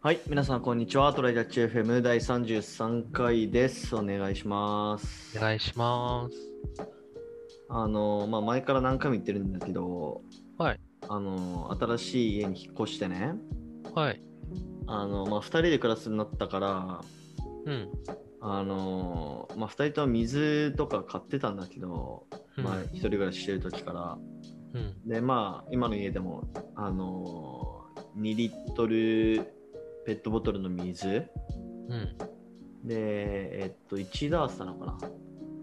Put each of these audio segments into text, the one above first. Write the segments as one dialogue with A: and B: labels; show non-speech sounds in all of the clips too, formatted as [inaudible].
A: はい、皆さん、こんにちは。トライダッチ FM 第33回です。お願いします
B: お。願いします。
A: あの、まあ、前から何回も言ってるんだけど、
B: はい。
A: あの、新しい家に引っ越してね、
B: はい。
A: あの、まあ、2人で暮らすようになったから、
B: うん。
A: あの、まあ、2人とは水とか買ってたんだけど、
B: うん
A: まあ、1人暮らししてる時から、
B: うん。
A: で、まあ、今の家でも、あの、2リットルペットボトルの水、
B: うん。
A: で、えっと、1ダースなのかな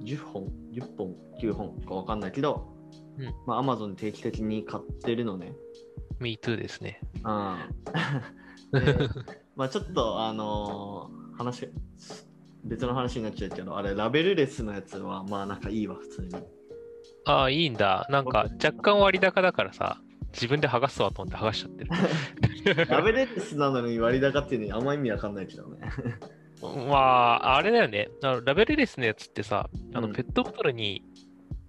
A: ?10 本、10本、9本かわかんないけど、
B: うん
A: まあ、Amazon で定期的に買ってるのね。
B: Me too ですね。
A: [laughs] あでまあちょっと、あのー話、別の話になっちゃうけど、あれ、ラベルレスのやつは、まあなんかいいわ、普通 [laughs] に。
B: ああ、いいんだ。なんか若干割高だからさ、自分で剥がすわと思って剥がしちゃってる。
A: ラベルレスなのに割高っていうのにあんま意味わかんないけどね。
B: [laughs]
A: [laughs]
B: まあ、あれだよね。あのラベルレスのやつってさ、あの
A: うん
B: ペットボトルに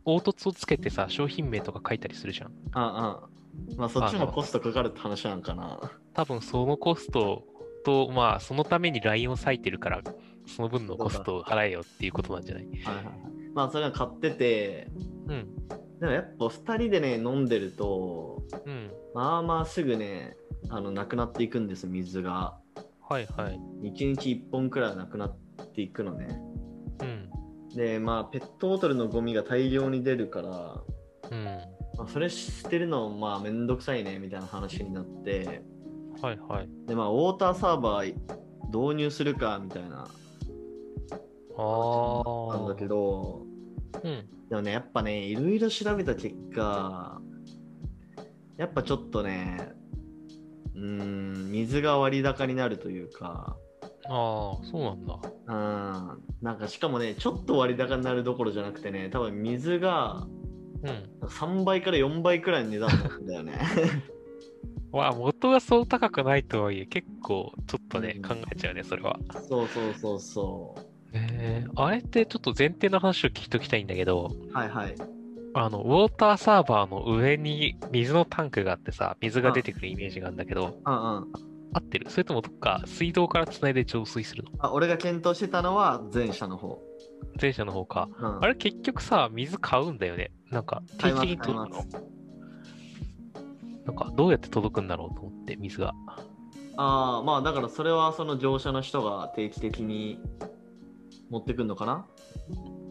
B: 凹凸をつけてさ、商品名とか書いたりするじゃん。
A: ああ、まあそっちもコストかかるって話なんかな。
B: 多分そのコストと、まあ、そのために LINE を割いてるから、その分のコストを払えよっていうことなんじゃない
A: はいはいはい。まあそれは買ってて、
B: うん。
A: でもやっぱ2人でね、飲んでると、
B: うん。
A: まあまあすぐね、あの、なくなっていくんです、水が。
B: はいはい。
A: 1日1本くらいはなくなっていくのね。
B: うん。
A: で、まあ、ペットボトルのゴミが大量に出るから、ま
B: うん。
A: あ、それ捨てるの、まあ、めんどくさいね、みたいな話になって、
B: はいはい。
A: で、まあ、ウォーターサーバー導入するか、みたいな、
B: ああ。
A: なんだけど、
B: うん。
A: でもね、やっぱね、いろいろ調べた結果、やっぱちょっとね、うーん、水が割高になるというか、
B: ああ、そうなんだ。
A: うん、なんかしかもね、ちょっと割高になるどころじゃなくてね、多分水が
B: うん。
A: 3倍から4倍くらいの値段なんだよね。 [laughs]
B: まあ、元がそう高くないとはいえ、結構、ちょっとね、
A: うん
B: 考えちゃうね、それは。
A: そうそうそうそ
B: えー、あれってちょっと前提の話を聞いときたいんだけど、
A: う。はいはい。
B: あの、ウォーターサーバーの上に水のタンクがあってさ、水が出てくるイメージがあるんだけど、
A: うんうん。
B: 合ってるそれともどっか水道から繋いで浄水するの
A: あ、俺が検討してたのは前者の方。
B: 前者の方か。
A: うん、
B: あれ結局さ、水買うんだよね。なんか、
A: 買
B: 定
A: い
B: 期
A: ます
B: 的に届く
A: 買
B: のなんか、どうやって届くんだろうと思って、水が。
A: ああ、まあだからそれはその乗車の人が定期的に持ってくんのかな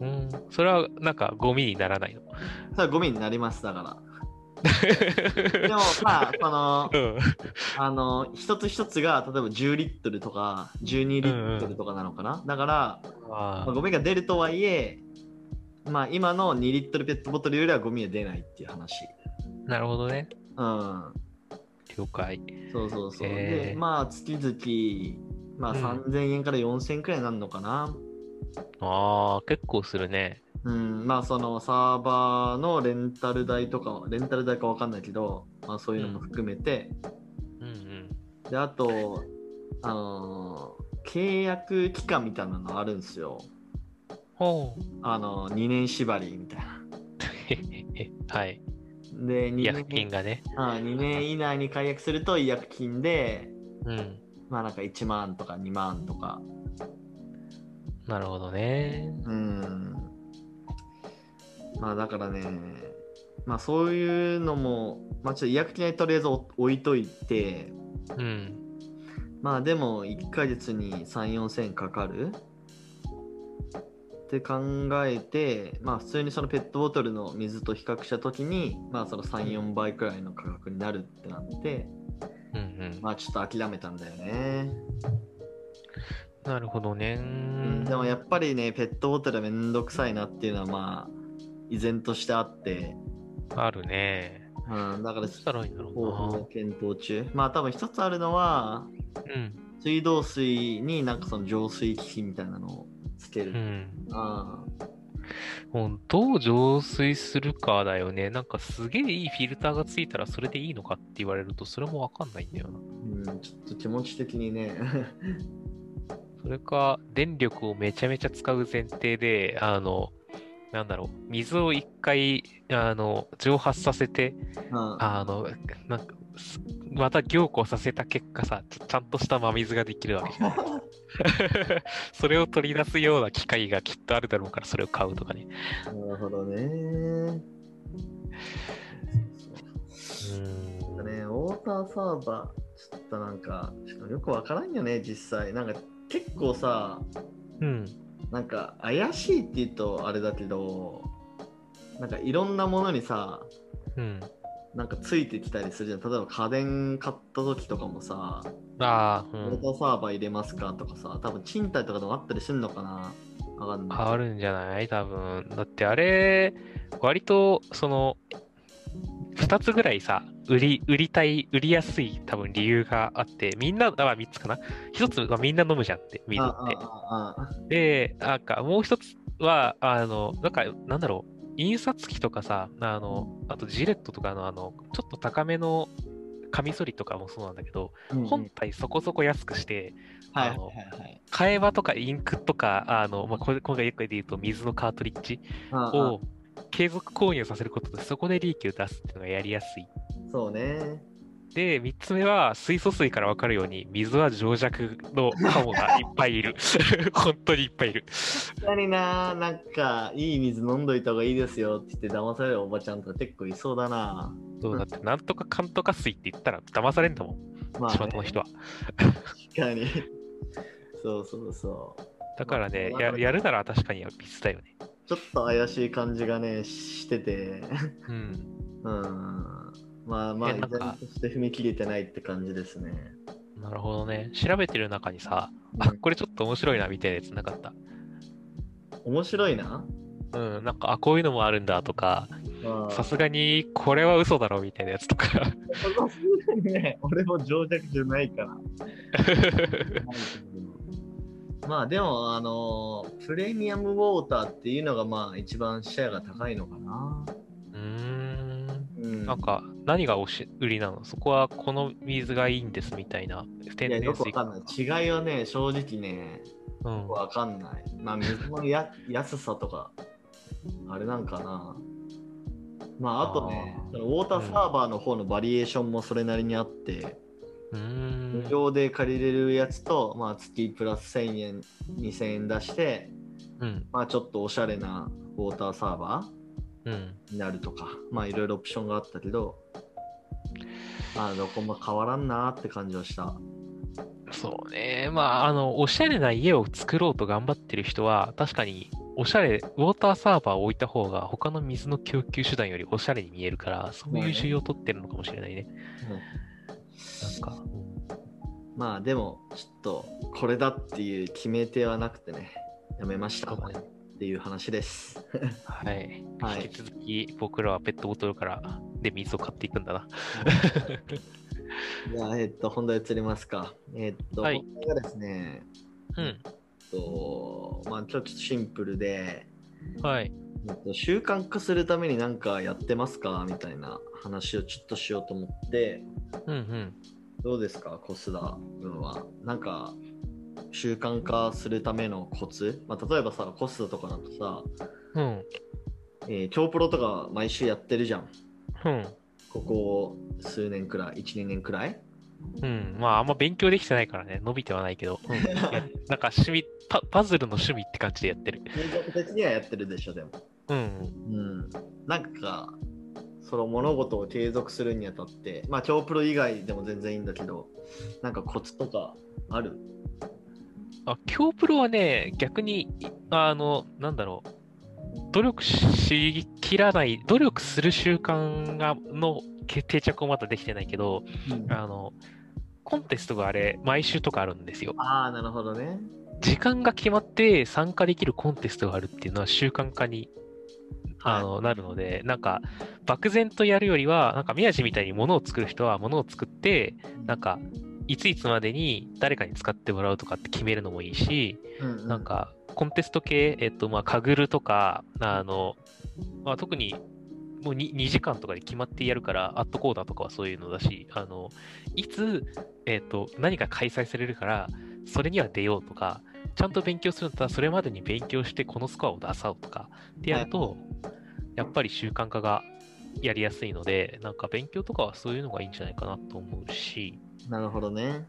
B: うん。それは、なんか、ゴミにならないの。
A: それはゴミになります、だから。でも
B: [laughs]
A: まあ、その、
B: うん。
A: あの、一つ一つが例えば10リットルとか12リットルとかなのかな、だから、
B: あ
A: まあゴミが出るとはいえ、まあ今の2リットルペットボトルよりはゴミは出ないっていう話。
B: ーなるほどね。
A: うん。
B: 了解。
A: そうそうそう。
B: へー
A: で、まあ、月々、まあ、
B: うん
A: 3000円から4000円くらいになるのかな。
B: ああ、結構するね。
A: うん、まあ、そのサーバーのレンタル代とか、レンタル代かわかんないけど、まあ、そういうのも含めて、
B: うんうん。
A: で、あと、あのー契約期間みたいなのあるんですよ。
B: ほう。
A: あのー、2年縛りみたいな。
B: はい。
A: で、
B: 医
A: 2
B: 薬
A: 年
B: 金がね。
A: あ2年以内に解約すると違約金で、
B: うん。
A: まあ、なんか1万とか2万とか。
B: なるほどね。
A: うん。まあだからね、まあそういうのも、まあちょっと医薬金はとりあえずお置いといて、
B: うん。
A: まあでも1ヶ月に3、4千かかるって考えて、まあ普通にそのペットボトルの水と比較したときに、まあその3、4倍くらいの価格になるってなって、
B: うんうん。
A: まあちょっと諦めたんだよね。
B: なるほどね。
A: うん、でもやっぱりね、ペットボトルはめんどくさいなっていうのはまあ、依然としてあって、
B: あるね。
A: うん、だから
B: どうしたらいいんだろ
A: 方法を検討中。まあ多分一つあるのは、
B: うな。うん。
A: 水道水になんかその浄水機器みたいなのをつけ
B: う
A: る。
B: ん。
A: あ
B: もうどう浄水するかだよね。なんかすげえいいフィルターがついたらそれでいいのかって言われるとそれもわかんないんだよな。
A: ーうん、ちょっと気持ち的にね。 [laughs]
B: それか、電力をめちゃめちゃ使う前提で、あの、なんだろう、水を一回、あの、蒸発させて、
A: うん
B: あの、なんか、すまた凝固させた結果さ、ちちゃんとした真水ができるわけじゃない。 [laughs] それを取り出すような機械がきっとあるだろうから、それを買うとかね。
A: なるほどね。
B: うん。
A: ね、ウォーターサーバー、ちょっとなんか、しかもよくわからんよね、実際。なんか結構さ、
B: うん。
A: なんか怪しいって言うとあれだけど、なんかいろんなものにさ、
B: うん。
A: なんかついてきたりするじゃん。例えば家電買った時とかもさ、
B: ああ、う
A: ウォータ
B: ん。
A: ーサーバー入れますかとかさ、多分賃貸とかでもあったりするのかなわかんない。
B: あるんじゃない多分。だってあれ、割と、その、2つぐらいさ、売り、売りたい、売りやすい多分理由があって、みんな、あ、3つかな ?1 つはみんな飲むじゃんって、水って。
A: あああああ
B: で、なんかもう一つは、あの、なんか、なんだろう、印刷機とかさ、あの、あとジレットとかの、あの、ちょっと高めのカミソリとかもそうなんだけど、
A: うんうん
B: 本体そこそこ安くして、
A: はいは
B: あ
A: い
B: の
A: はい
B: 替え刃とかインクとか、あの、まあ、これ今回よくで言うと、水のカートリッジ
A: ああああ
B: を継続購入させることで、そこで利益を出すっていうのがやりやすい。
A: そうね。
B: で、3つ目は、水素水から分かるように、水は情弱のカモがいっぱいいる。 [laughs] 本当にいっぱいいる。
A: 確かにな、なんか、いい水飲んどいた方がいいですよって言って騙されるおばちゃんとか結構いそうだな。
B: そうだって、なんとかかんとか水って言ったら騙されんだもん、
A: まあ、
B: 地
A: ね、
B: 元の人は。
A: 確かに。そうそうそ
B: だからね、
A: まあ
B: ややるなら確かに水だよね。
A: う。ちょっと怪しい感じがね、してて。 [laughs]
B: うん。
A: うん。まあまあ、
B: え
A: 依
B: なんか
A: 然として踏み切れてないって感じですね。
B: なるほどね。調べてる中にさ、あ、これちょっと面白いなみたいなやつなかっ
A: 面白いな。
B: た。うん、なんか、あ、こういうのもあるんだとか、
A: まあ、
B: さすがにこれは嘘だろみたいなやつとか。
A: [laughs] さ
B: [laughs]
A: すがにね、俺も情弱じゃないから。 [laughs] まあでも、あのプレミアムウォーターっていうのがまあ一番シェアが高いのかな。
B: うーん。
A: うん、
B: なんか、何がおし売りなのそこはこの水がいいんですみたいな。
A: い
B: 天
A: や
B: 然
A: よく
B: 水
A: わかんない。違いはね、正直ね、
B: うん
A: よく。わかんない。まあ水のや安さとか、あれなんかな。まああとね
B: あ、ー
A: そのウォーターサーバーの方のバリエーションもそれなりにあって、
B: うー
A: 無
B: ん。
A: 料で借りれるやつと、まあ月プラス1000円、2000円出して、
B: うん。
A: まあちょっとおしゃれなウォーターサーバー
B: うん。
A: になるとか、まあいろいろオプションがあったけど、まあどこも変わらんなーって感じはした。
B: そうね。まあ、あの、おしゃれな家を作ろうと頑張ってる人は、確かに、おしゃれ、ウォーターサーバーを置いた方が、他の水の供給手段よりおしゃれに見えるから、そういう需要を取ってるのかもしれないね。なんか、
A: まあでもちょっとこれだっていう決め手はなくてねやめましたっ
B: そうね
A: ていう話です。
B: はい。
A: はい
B: 引き続き、僕らはペットボトルから、で、水を買っていくんだな。
A: じゃあえっと本題移りますか。えっと、
B: はい
A: 本題がですね、
B: うん。
A: えっとまあちょっとシンプルで、
B: はい。
A: えっと、習慣化するために何かやってますかみたいな話をちょっとしようと思って
B: うんうん。
A: どうですか小須田君は。なんか習慣化するためのコツ、まあ、例えばさコス田とかだとさ、
B: うん。
A: えー、京プロとか毎週やってるじゃん。
B: うん。
A: ここ数年くらい、1、2年くらい。
B: うん。まあ、あんま勉強できてないからね、伸びてはないけど、うんいやなんか趣味パ、パズルの趣味って感じでやってる。
A: 入学的にはやってるでしょ、でも。
B: うん。
A: うん。なんか、その物事を継続するにあたって、まあ、超プロ以外でも全然いいんだけど、なんかコツとかある
B: あ、京プロはね、逆に、いあの、なんだろう、努力しきらない、努力する習慣がのけ定着をまだできてないけど、あの、コンテストがあれ、毎週とかあるんですよ。
A: ああ、なるほどね。
B: 時間が決まって参加できるコンテストがあるっていうのは習慣化に、あの、なるので、なんか、漠然とやるよりは、なんか、宮地みたいに物を作る人は物を作って、なんか、いついつまでに誰かに使ってもらうとかって決めるのもいいし、
A: うう
B: なん、か、コンテスト系、えっと、まあ、カグルとか、あの、まあ、特に、もう 2, 2時間とかで決まってやるから、アットコーダーとかはそういうのだし、あの、いつ、えっと、何か開催されるから、それには出ようとか、ちゃんと勉強するんだったら、それまでに勉強してこのスコアを出そうとかってやると、やっぱり習慣化がやりやすいので、なんか勉強とかはそういうのがいいんじゃないかなと思うし、
A: なるほどね。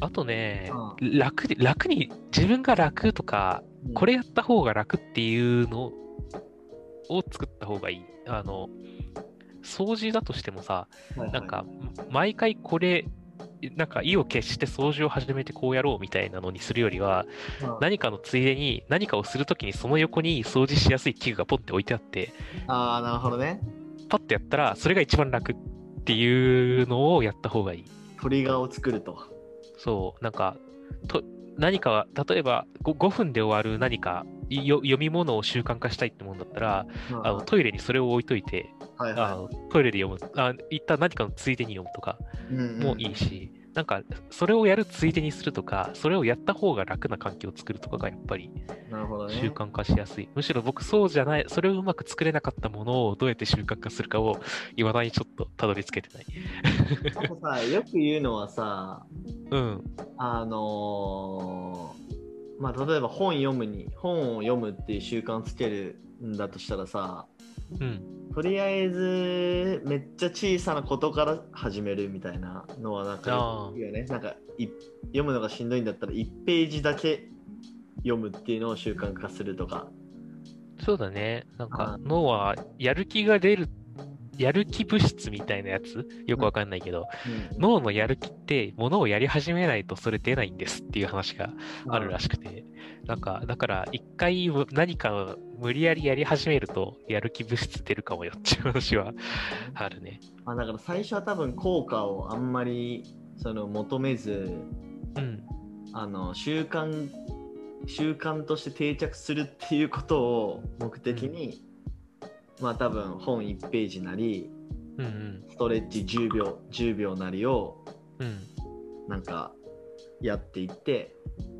B: あとね、
A: う
B: 楽で、楽に、自分が楽とか、
A: うん
B: これやった方が楽っていうのを作った方がいい。あの、掃除だとしてもさ、
A: はいはい
B: なんか、毎回これ、なんか意を決して掃除を始めてこうやろうみたいなのにするよりは、
A: うん
B: 何かのついでに、何かをするときにその横に掃除しやすい器具がポンって置いてあって、
A: ああ、なるほどね。
B: パッてやったら、それが一番楽っていうのをやった方がいい。
A: トリガーを作ると。
B: そう、なんか、と何か、例えば 5, 分で終わる何かよ読み物を習慣化したいってもんだったら、
A: うん
B: あのトイレにそれを置いといて、
A: はい
B: あ
A: は
B: のトイレで読む、あ一旦何かのついでに読むとか
A: い。うんうん
B: もいいし、なんか、それをやるついでにするとか、それをやった方が楽な環境を作るとかがやっぱり
A: なるほどね。
B: 習慣化しやすい。むしろ僕、そうじゃない、それをうまく作れなかったものをどうやって習慣化するかを、いまだにちょっとたどり着けてない。
A: あとさ、よく言うのはさ、
B: うん、
A: あのーまあ、例えば本読むに、本を読むっていう習慣つけるんだとしたらさ、
B: うん、
A: とりあえずめっちゃ小さなことから始めるみたいなのはなんかよく言うよねなんかい読むのがしんどいんだったら1ページだけ読むっていうのを習慣化するとか
B: そうだね。なん
A: あ
B: か、脳はやる気が出る、やる気物質みたいなやつ、よくわかんないけど、脳のやる気って、ものをやり始めないとそれ出ないんですっていう話があるら
A: し
B: しくて、なんか、だから、一回む何かを無理やりやり始めると、やる気物質出るかもよっていう話はあるね。
A: あだから最初は多分効果をあんまりその求めず
B: うん、
A: あの習慣習慣として定着するっていうことを目的に、まあ多分本1ページなり
B: うん、うん
A: ストレッチ10秒10秒なりを、
B: うん、
A: なんかやっていって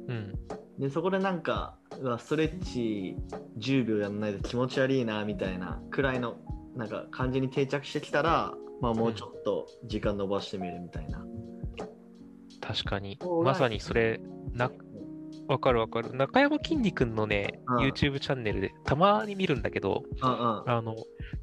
B: うん。
A: でそこでなんかうわストレッチ10秒やんないと気持ち悪いなみたいなくらいのなんか感じに定着してきたら、まあ、もうちょっと時間伸ばしてみるみたいな、
B: 確かに
A: そう。
B: まさにそれ、な、わかるわかる。中山きんに君のね、
A: うん
B: YouTube チャンネルでたまに見るんだけど、
A: ああ
B: あの、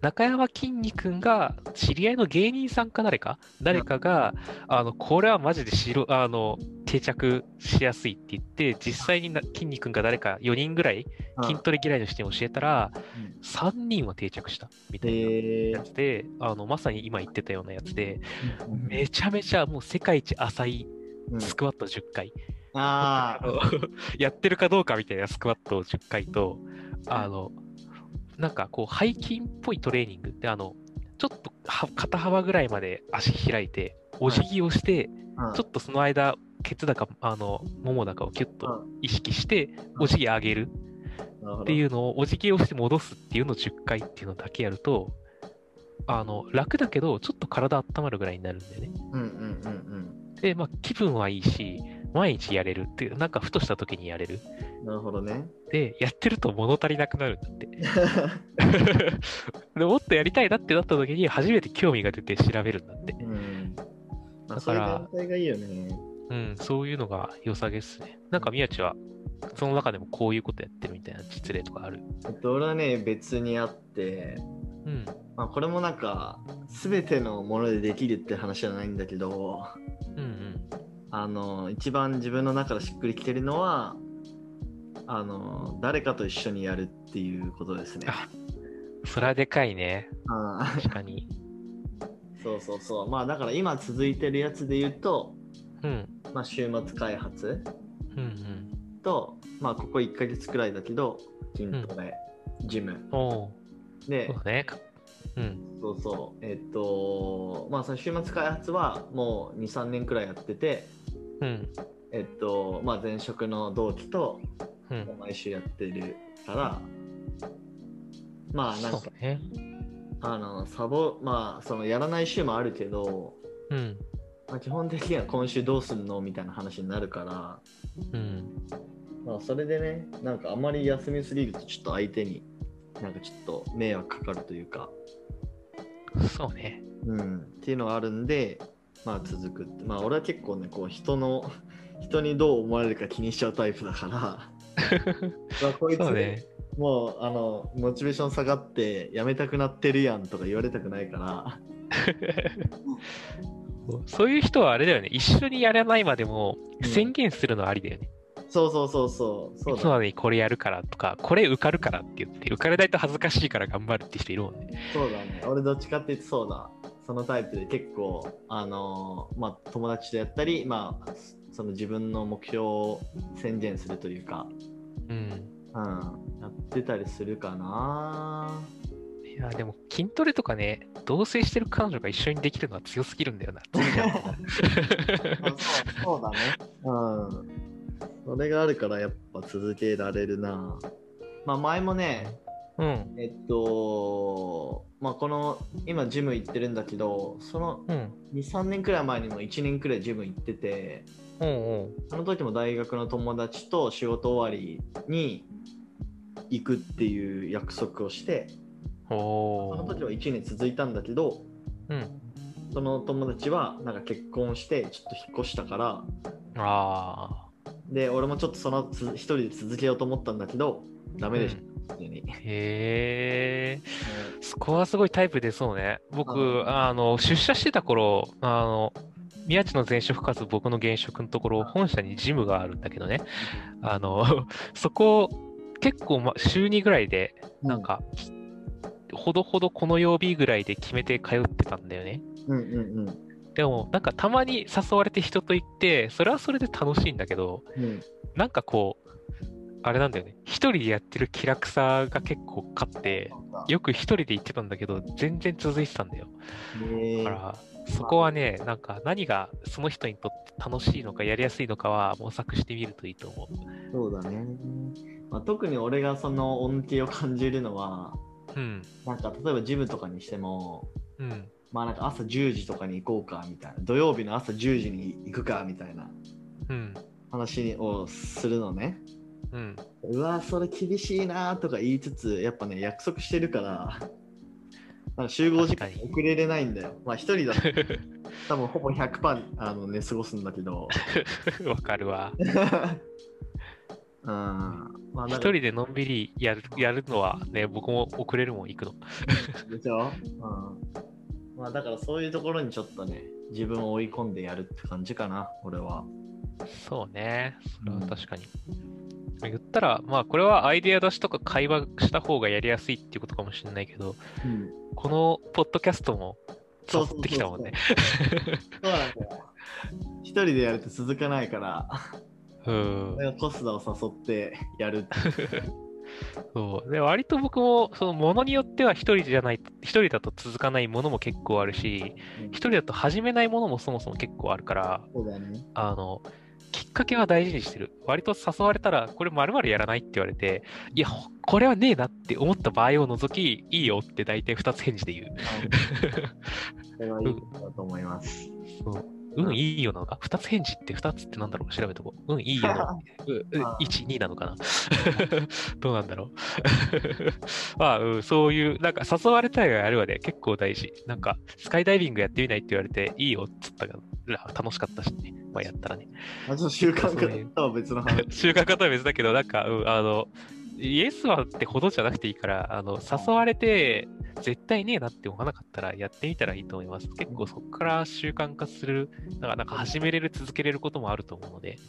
B: 中山きんに君が知り合いの芸人さんか誰か誰かが、あの、これはマジでしろ、あの、定着しやすいって言って、実際になきんに君が誰か4人ぐらい
A: ああ
B: 筋トレ嫌いの人に教えたら、
A: うん
B: 3人は定着したみたいな
A: え
B: やつで、あの、まさに今言ってたようなやつで、
A: ー
B: めちゃめちゃもう世界一浅い
A: うん
B: スクワット10回。
A: ああ
B: あの [laughs] やってるかどうかみたいなスクワットを10回と、あの、なんかこう、背筋っぽいトレーニングって、あの、ちょっとは肩幅ぐらいまで足開いて、お辞儀をして、
A: うん
B: ちょっとその間、ケツだか、あの、ももだかをキュッと意識して、
A: うん
B: お辞儀上げるっていうのを、お辞儀をして戻すっていうのを10回っていうのだけやると、あの、楽だけど、ちょっと体温まるぐらいになるんだよね。
A: うんうんうん
B: で、まあ、気分はいいし、毎日やれるっていう、なんかふとした時にやれる。
A: うんなるほど
B: [laughs]
A: ね
B: で、やってると物足りなくなるんだって。 [laughs] でもっとやりたいなってなった時に、初めて興味が出て調べるんだって。
A: うんまあ
B: だから
A: そういう団体がいいよね
B: うん、そういうのが良さげっすね。なんか宮地は、その中でもこういうことやってるみたいな実例とかある。
A: えっと俺はね別にあって
B: うん、
A: まあ、これもなんか全てのものでできるって話じゃないんだけど
B: うん、うん。
A: あの一番自分の中でしっくりきてるのはあの誰かと一緒にやるっていうことですね。
B: あそれはでかいね。
A: あ [laughs]
B: 確かに。
A: そうそうそうまあだから今続いてるやつで言うと、
B: うん、
A: まあ、週末開発
B: うん、うん。
A: と、まあ、ここ1ヶ月くらいだけど筋トレ、ジム
B: おう
A: で
B: そうだね。うん、
A: そうそうえっとまあその週末開発はもう23年くらいやってて。
B: うん、
A: えっとまあ、前職の同期と
B: うん。
A: 毎週やってるから、まあなんか
B: そうね。
A: あのサボまあそのやらない週もあるけど、
B: うん、
A: まあ、基本的には今週どうすんのみたいな話になるから、
B: うん。
A: まあ、それでねなんかあまり休みすぎるとちょっと相手になんかちょっと迷惑かかるというか、
B: そうね。 [laughs]
A: うん、っていうのはあるんでまあ続くってまあ俺は結構ねこう人の [laughs] 人にどう思われるか気にしちゃうタイプだから
B: [laughs]
A: まあこいつ
B: そうね。
A: もうあのモチベーション下がってやめたくなってるやんとか言われたくないから
B: そういう人はあれだよね。一緒にやらないまでも
A: うん
B: 宣言するのはありだよね。
A: そうそうそうそうそう
B: いつま
A: だ
B: でにこれやるからとか、これ受かるからって言って、受かれないと恥ずかしいから頑張るって人いるもんね。
A: そうだね俺どっちかって言ってそうだそのタイプで結構あのーまあ友達とやったりまあその自分の目標を宣言するというか、
B: うん。
A: うん、やってたりするかない
B: や、でも筋トレとかね、同棲してる彼女が一緒にできるのは強すぎるんだよな。
A: [laughs] そうそうだね。うん。それがあるからやっぱ続けられるな。まあ前もね、
B: うん。
A: えっと、まあこの今ジム行ってるんだけど、その
B: うん。
A: 2、3年くらい前にも1年くらいジム行ってて、
B: うんうん。
A: その時も大学の友達と仕事終わりに行くっていう約束をして、
B: お
A: その時
B: ー。
A: は1年続いたんだけど、
B: うん。
A: その友達はなんか結婚してちょっと引っ越したから、
B: あ
A: で俺もちょっとそのつ一人で続けようと思ったんだけどダ
B: あ。
A: メでした、
B: うん
A: 普通に、
B: へえ。そこはすごいタイプでそうね。僕、
A: うん
B: あの、出社してた頃、あの、宮地の前職かつ僕の現職のところ、本社にジムがあるんだけどね。あの、 [laughs] そこ、結構、ま、週2ぐらいで、 [laughs] なんか、ほどほどこの曜日ぐらいで決めて通ってたんだよね。
A: うんうんうん
B: でも、なんかたまに誘われて人と行って、それはそれで楽しいんだけど、
A: うん
B: なんかこう、あれなんだよね。一人でやってる気楽さが結構勝って、よく一人で行ってたんだけど、全然続いてたんだよ。
A: ね
B: だから、そこはね、なんか何がその人にとって楽しいのかやりやすいのかは模索してみるといいと思
A: そうだね、まあ、特に俺がその恩恵を感じるのは
B: う。うん。
A: なんか例えばジムとかにしても
B: うん。
A: まあなんか朝10時とかに行こうかみたいな土曜日の朝10時に行くかみたいな
B: うん。
A: 話をするのね
B: うん。 [laughs]
A: うわそれ厳しいなとか言いつつやっぱね約束してるからなんか集合時間
B: 確かに
A: 遅れれないんだよまあ一人だと多分ほぼ100%あの、ね、過ごすんだけど
B: わかるわ。
A: うんまあなん
B: 一
A: か
B: 人でのんびりやるやるのはね、僕も遅れるもん、行くの。
A: でしょ、うんまあ、だからそういうところにちょっとね自分を追い込んでやるって感じかな俺は
B: そうね。それは確かに。言ったら、まあ、これはアイデア出しとか会話した方がやりやすいっていうことかもしれないけど、
A: うん
B: このポッドキャストも
A: そうそうそうそう
B: 誘ってきたもんね。
A: そうなんだよ一人でやると続かないから
B: うん
A: 俺。がコスダを誘ってやるって
B: そうで割と僕もそのものによっては一人じゃない一人だと続かないものも結構あるし
A: いう、
B: 一人だと始めないものもそもそも結構あるから
A: そうだね
B: あのきっかけは大事にしてる割と誘われたらこれまるやらないって言われていやほこれはねえなって思った場合を除きいいよって大体2つ返事で言う [laughs]
A: それはいいことだと思います。
B: そううんいいよなのか2つ返事って2つってなんだろう調べとこううんいいよの
A: あー
B: 12なのか [laughs] などう [laughs] なんだろうまあ、うん、そういうなんか誘われたいがやるわで結構大事なんかスカイダイビングやってみないって言われていいよっつったから楽しかったしね、まあ、やったらね
A: あちょっと習慣化とは別の
B: [laughs]
A: 話。
B: 収穫方は別だけどなんか、うん、あのイエスはってほどじゃなくていいからあの誘われて絶対ねえなって思わなかったらやってみたらいいと思います結構そこから習慣化するなんかなんか始めれる続けれることもあると思うので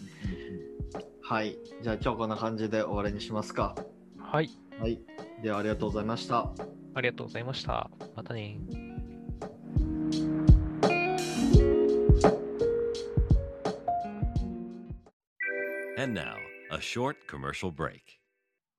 A: はい。じゃあ今日こんな感じで終わりにしますか。
B: はい
A: はい。ではありがとうございました。
B: ありがとうございましたまたね
C: And now, a short commercial break.